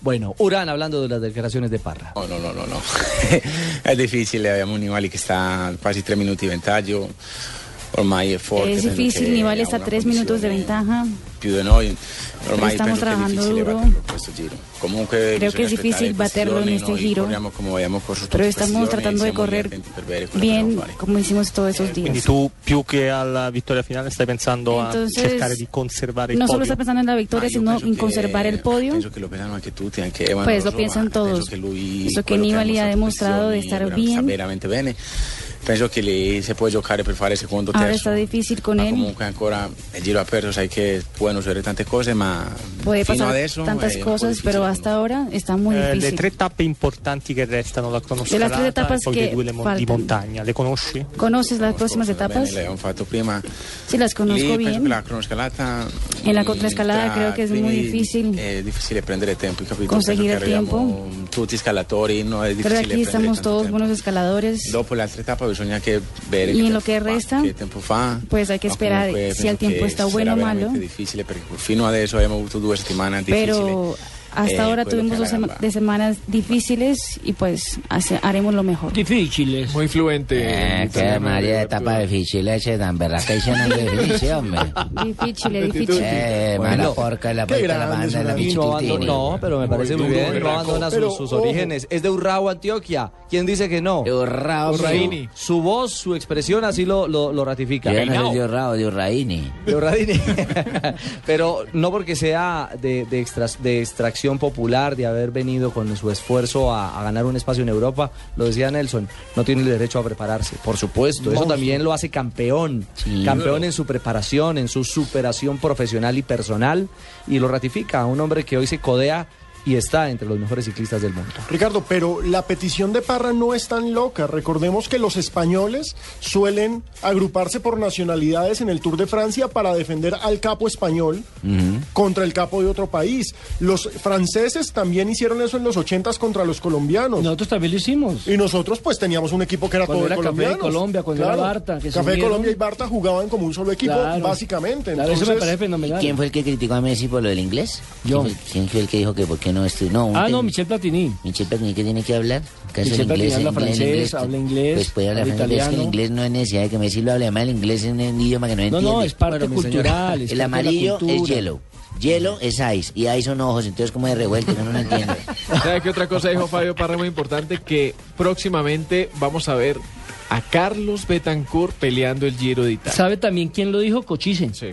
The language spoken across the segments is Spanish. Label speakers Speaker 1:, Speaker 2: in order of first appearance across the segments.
Speaker 1: Bueno, Urán hablando de las declaraciones de Parra.
Speaker 2: No, no, no, no, no. è difficile, abbiamo un Nivali che sta quasi tre minuti di vantaggio, ormai è forte.
Speaker 3: Es difícil, Nibali está
Speaker 2: está
Speaker 3: a tres minutos de ventaja.
Speaker 2: Più di noi, ormai
Speaker 3: Stiamo
Speaker 2: penso che è
Speaker 3: lavorando
Speaker 2: difficile
Speaker 3: duro.
Speaker 2: batterlo in questo pues, giro. Comunque
Speaker 3: Creo
Speaker 2: bisogna
Speaker 3: che è difficile
Speaker 2: aspettare questi
Speaker 3: batterlo
Speaker 2: giorni,
Speaker 3: in este
Speaker 2: noi
Speaker 3: giro.
Speaker 2: corriamo come abbiamo corso tutti
Speaker 3: Pero
Speaker 2: questi
Speaker 3: estamos
Speaker 2: giorni,
Speaker 3: tratando
Speaker 2: siamo
Speaker 3: de
Speaker 2: lì
Speaker 3: correr
Speaker 2: attenti per vedere quello che
Speaker 3: bien,
Speaker 2: dobbiamo fare.
Speaker 3: como hicimos todos esos
Speaker 4: Quindi
Speaker 3: días.
Speaker 4: tu più che alla vittoria finale stai pensando
Speaker 3: Entonces,
Speaker 4: a cercare di conservare il
Speaker 3: No solo
Speaker 4: podio.
Speaker 3: está pensando en la
Speaker 2: Ma
Speaker 3: victoria,
Speaker 2: io
Speaker 3: sino
Speaker 2: penso
Speaker 3: en
Speaker 2: che-
Speaker 3: conservar el podio.
Speaker 2: Penso che lo pensano anche tutti, anche Evan
Speaker 3: Pues lo
Speaker 2: Rosso,
Speaker 3: piensan
Speaker 2: ma
Speaker 3: todos.
Speaker 2: Penso che lui
Speaker 3: Eso que
Speaker 2: quello
Speaker 3: Nibali
Speaker 2: ha
Speaker 3: ha
Speaker 2: mostrato
Speaker 3: demostrado de
Speaker 2: questi
Speaker 3: estar
Speaker 2: giorni, sta
Speaker 3: bien.
Speaker 2: veramente bene. Penso che lì si può giocare per fare secondo
Speaker 3: Ahora
Speaker 2: terzo.
Speaker 3: está difícil con
Speaker 2: ma
Speaker 3: él.
Speaker 2: comunque ancora il giro aperto, sai che pueden succedere tante cose, ma
Speaker 3: Puede
Speaker 2: fino
Speaker 3: pasar
Speaker 2: adesso
Speaker 3: tantas
Speaker 2: è un po'
Speaker 3: cosas,
Speaker 2: difficile,
Speaker 3: pero
Speaker 2: secondo
Speaker 3: hasta
Speaker 2: me.
Speaker 3: ahora está muy
Speaker 4: Eh, le
Speaker 3: difícil.
Speaker 4: tre tappe importanti che restano, la
Speaker 3: Delle altre
Speaker 4: cronoscalata
Speaker 3: tappe
Speaker 4: e poi
Speaker 3: che
Speaker 4: le due le mon- di
Speaker 3: faltano.
Speaker 4: montagna, le conosci?
Speaker 3: ¿Conoces las próximas
Speaker 2: Cosas bene
Speaker 3: etapas?
Speaker 2: le abbiamo fatto prima.
Speaker 3: Sí, las
Speaker 2: Lì
Speaker 3: conozco
Speaker 2: penso che
Speaker 3: bien.
Speaker 2: pues, la cronoscalata
Speaker 3: E la
Speaker 2: mm,
Speaker 3: cronoscalata
Speaker 2: tra
Speaker 3: creo che è
Speaker 2: primi
Speaker 3: molto difficile.
Speaker 2: È difficile prendere tempo, capito?
Speaker 3: Conseguire
Speaker 2: Penso che arriviamo
Speaker 3: tempo.
Speaker 2: Tutti scalatori, no è difficile
Speaker 3: Creo que aquí
Speaker 2: prendere
Speaker 3: estamos
Speaker 2: tanto
Speaker 3: todos
Speaker 2: tempo.
Speaker 3: buenos escaladores.
Speaker 2: Dopo la pues, altra tappa bisogna che vedere
Speaker 3: Y en lo
Speaker 2: tempo
Speaker 3: que
Speaker 2: fa,
Speaker 3: resta,
Speaker 2: che tempo fa,
Speaker 3: pues hay que
Speaker 2: ma
Speaker 3: esperar
Speaker 2: comunque
Speaker 3: si
Speaker 2: penso
Speaker 3: el tiempo
Speaker 2: che
Speaker 3: está
Speaker 2: sarà
Speaker 3: bueno o
Speaker 2: veramente
Speaker 3: malo.
Speaker 2: difficile perché fino adesso abbiamo avuto due settimane difficili.
Speaker 3: Pero hasta
Speaker 2: Eh,
Speaker 3: ahora
Speaker 2: quello
Speaker 3: tuvimos
Speaker 2: che
Speaker 3: dos
Speaker 2: alla
Speaker 3: sema-
Speaker 2: gamba.
Speaker 3: de semanas difíciles y pues hace- haremos lo mejor.
Speaker 5: Difíciles.
Speaker 6: Muy fluente.
Speaker 7: Eh,
Speaker 6: el
Speaker 7: que
Speaker 6: italiano
Speaker 7: María,
Speaker 6: Roberto.
Speaker 7: etapa
Speaker 8: pues.
Speaker 7: difícil, ese tan verdad que hicieron difícil, hombre.
Speaker 3: Difícil,
Speaker 6: Actitud.
Speaker 3: difícil.
Speaker 7: Eh,
Speaker 1: Bueno,
Speaker 7: mala porca, la
Speaker 5: qué
Speaker 7: porca, la
Speaker 5: grande
Speaker 7: banda, la
Speaker 5: es una-
Speaker 1: Y no,
Speaker 7: bichutitini.
Speaker 1: abandona- no, pero me
Speaker 6: Muy
Speaker 1: parece muy
Speaker 6: duro,
Speaker 1: bien, no
Speaker 6: berraco.
Speaker 1: abandona sus,
Speaker 5: Pero,
Speaker 1: sus
Speaker 5: ojo.
Speaker 1: orígenes. Es de Urrao, Antioquia. ¿Quién dice que no?
Speaker 7: Urrao, mío.
Speaker 6: Urraini.
Speaker 1: Su voz, su expresión así lo, lo, lo ratifica.
Speaker 7: Yo no soy de Urrao, de Urraini.
Speaker 1: De Urradini. Pero no porque sea de, de, extras- de extracción popular, de haber venido con su esfuerzo a, a ganar un espacio en Europa, lo decía Nelson, no tiene el derecho a prepararse. Por supuesto, eso también lo hace campeón.
Speaker 7: Sí.
Speaker 1: campeón en su preparación, en su superación profesional y personal, y lo ratifica. Un hombre que hoy se codea y está entre los mejores ciclistas del mundo.
Speaker 5: Ricardo, pero la petición de Parra no es tan loca. Recordemos que los españoles suelen agruparse por nacionalidades en el Tour de Francia para defender al capo español contra el capo de otro país. Los franceses también hicieron eso en los 80s contra los colombianos.
Speaker 8: Nosotros también lo hicimos.
Speaker 5: Y nosotros pues teníamos un equipo que era
Speaker 8: Cuando era
Speaker 5: todo
Speaker 8: Café de
Speaker 5: colombiano.
Speaker 8: Colombia, cuando era Barta, que se
Speaker 5: Café de
Speaker 8: unieron.
Speaker 5: Colombia y Barta jugaban como un solo equipo,
Speaker 8: Claro.
Speaker 5: básicamente.
Speaker 8: Claro, eso me parece
Speaker 5: Entonces,
Speaker 8: fenomenal.
Speaker 7: ¿Quién fue el que criticó a Messi por lo del inglés?
Speaker 8: Yo.
Speaker 7: ¿Quién fue, quién fue el que dijo que por qué no estudió? No, un
Speaker 8: Ah, no,
Speaker 7: técnico.
Speaker 8: Michel Platini.
Speaker 7: Michel Platini que tiene que hablar. ¿Acaso
Speaker 8: Michel
Speaker 7: el inglés,
Speaker 8: Platini habla
Speaker 7: el inglés, el
Speaker 8: francés, habla inglés,
Speaker 7: Pues puede hablar
Speaker 8: habla
Speaker 7: francés, pero es que el
Speaker 8: italiano.
Speaker 7: inglés no es necesidad de que Messi lo hable. Además, el inglés es un idioma que no
Speaker 8: No,
Speaker 7: entiende.
Speaker 8: no, es parte
Speaker 1: Bueno, mi
Speaker 8: cultural. es parte de
Speaker 7: el
Speaker 8: la
Speaker 7: amarillo es
Speaker 8: cultura.
Speaker 7: hielo. Hielo es ice. Y ice son ojos. Entonces, como de revuelto, uno no entiende.
Speaker 6: ¿Sabe qué otra cosa dijo Fabio Parra muy importante? Que próximamente vamos a ver a Carlos Betancourt peleando el Giro de Italia.
Speaker 8: ¿Sabe también quién lo dijo? Cochise.
Speaker 6: Sí.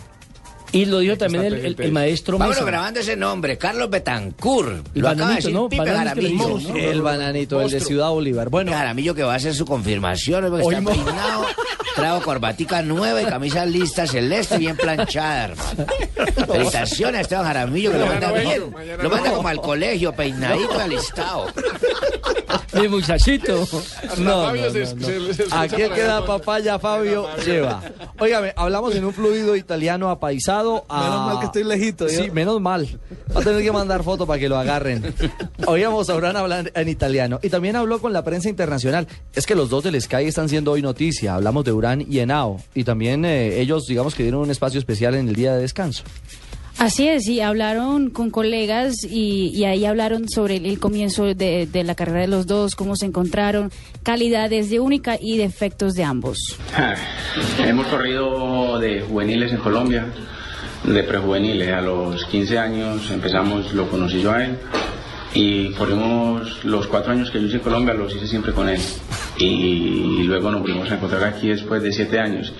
Speaker 8: Y lo dijo
Speaker 6: Hay que
Speaker 8: también el,
Speaker 6: estar
Speaker 8: el-
Speaker 6: pendiente.
Speaker 8: el maestro
Speaker 7: Vámonos
Speaker 8: Mesa.
Speaker 7: grabando ese nombre, Carlos Betancourt.
Speaker 8: El
Speaker 7: Lo
Speaker 8: bananito,
Speaker 7: acaba de decir
Speaker 8: ¿no?
Speaker 7: Pipe
Speaker 8: Bananito es el
Speaker 7: Jaramillo.
Speaker 8: monstruo.
Speaker 7: ¿no?
Speaker 1: El bananito, el de Ciudad Bolívar.
Speaker 7: Bueno,
Speaker 1: Bueno,
Speaker 7: Jaramillo que va a hacer su confirmación, porque está peinado, trajo corbatica nueva y camisa lista celeste bien planchada, hermano. Felicitaciones a Esteban Jaramillo que lo
Speaker 6: Mañana
Speaker 7: manda
Speaker 6: no vengo,
Speaker 7: bien.
Speaker 6: mañana
Speaker 7: Lo
Speaker 6: no
Speaker 7: manda
Speaker 6: vengo.
Speaker 7: como al colegio, peinadito, alistado.
Speaker 8: Mi muchachito.
Speaker 6: Hasta
Speaker 1: No,
Speaker 6: Fabio
Speaker 1: no,
Speaker 6: se-
Speaker 1: no,
Speaker 6: se-
Speaker 1: no.
Speaker 6: se- se escucha
Speaker 1: Aquí el
Speaker 6: por
Speaker 1: que
Speaker 6: ahí.
Speaker 1: da papaya, Fabio, lleva. Óigame, hablamos en un fluido italiano apaisado. A...
Speaker 9: Menos mal que estoy lejito,
Speaker 6: Ah,
Speaker 9: yo.
Speaker 1: Sí, menos mal. Va a tener que mandar fotos para que lo agarren. Oíamos a Urán hablar en italiano. Y también habló con la prensa internacional. Es que los dos del Sky están siendo hoy noticia. Hablamos de Urán y Henao. Y también eh, ellos, digamos que dieron un espacio especial en el día de descanso.
Speaker 3: Así es, y hablaron con colegas y, y ahí hablaron sobre el, el comienzo de, de la carrera de los dos, cómo se encontraron, calidades de única y defectos de ambos.
Speaker 10: Ah, Hemos corrido de juveniles en Colombia, de prejuveniles. A los 15 años empezamos, lo conocí yo a él y corrimos los cuatro años que yo hice en Colombia, los hice siempre con él. Y, luego nos volvimos a encontrar aquí después de siete años.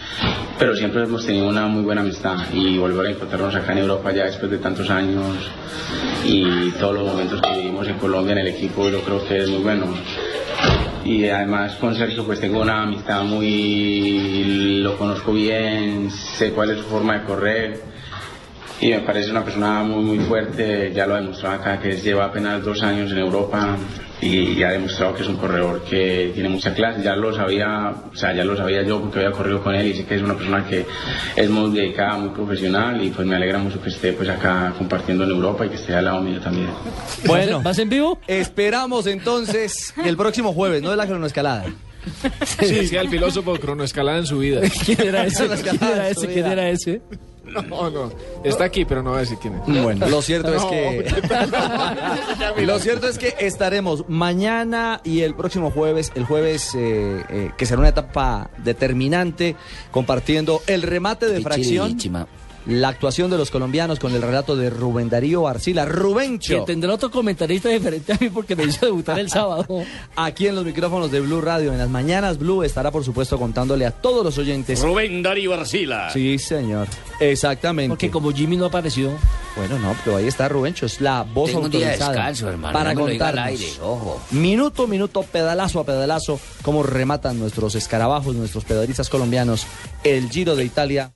Speaker 10: Pero siempre hemos tenido una muy buena amistad y volver a encontrarnos acá en Europa ya después de tantos años y todos los momentos que vivimos en Colombia en el equipo, yo creo que es muy bueno y además con Sergio pues tengo una amistad muy lo conozco bien sé cuál es su forma de correr y me parece una persona muy muy fuerte ya lo ha demostrado acá que lleva apenas dos años en Europa y ya ha demostrado que es un corredor que tiene mucha clase ya lo sabía o sea ya lo sabía yo porque había corrido con él y sé que es una persona que es muy dedicada muy profesional y pues me alegra mucho que esté pues acá compartiendo en Europa y que esté al lado mío también
Speaker 1: Bueno,
Speaker 8: ¿Vas en vivo?
Speaker 1: esperamos entonces el próximo jueves, no de la cronoescalada.
Speaker 6: Sí, decía el filósofo cronoescalada en su vida.
Speaker 8: ¿Quién era ese?
Speaker 1: Las
Speaker 8: ¿Quién
Speaker 1: caras
Speaker 8: era
Speaker 1: de
Speaker 8: ese?
Speaker 1: su
Speaker 8: ¿Quién
Speaker 1: vida.
Speaker 8: era ese?
Speaker 6: No, no. Está aquí, pero no voy a decir quién es.
Speaker 1: Bueno, lo cierto es
Speaker 6: No,
Speaker 1: que. lo cierto es que estaremos mañana y el próximo jueves, el jueves eh, eh, que será una etapa determinante, compartiendo el remate de fracción.
Speaker 7: Pichirichima.
Speaker 1: La actuación de los colombianos con el relato de Rubén Darío Arcila.
Speaker 8: Que
Speaker 1: Rubencho,
Speaker 8: tendrá otro comentarista diferente a mí porque me hizo debutar el sábado.
Speaker 1: aquí en los micrófonos de Blue Radio, en las mañanas Blue, estará por supuesto contándole a todos los oyentes.
Speaker 9: Rubén Darío Arcila.
Speaker 1: Sí, señor. Exactamente.
Speaker 8: Porque como Jimmy no apareció.
Speaker 1: Bueno, no, pero ahí está Rubencho, es la voz
Speaker 7: Tengo un día de
Speaker 1: autorizada
Speaker 7: descanso, hermano,
Speaker 1: para
Speaker 7: no me lo diga al
Speaker 1: contarnos.
Speaker 7: aire, ojo.
Speaker 1: Minuto a minuto, pedalazo a pedalazo, cómo rematan nuestros escarabajos, nuestros pedalistas colombianos el Giro de Italia.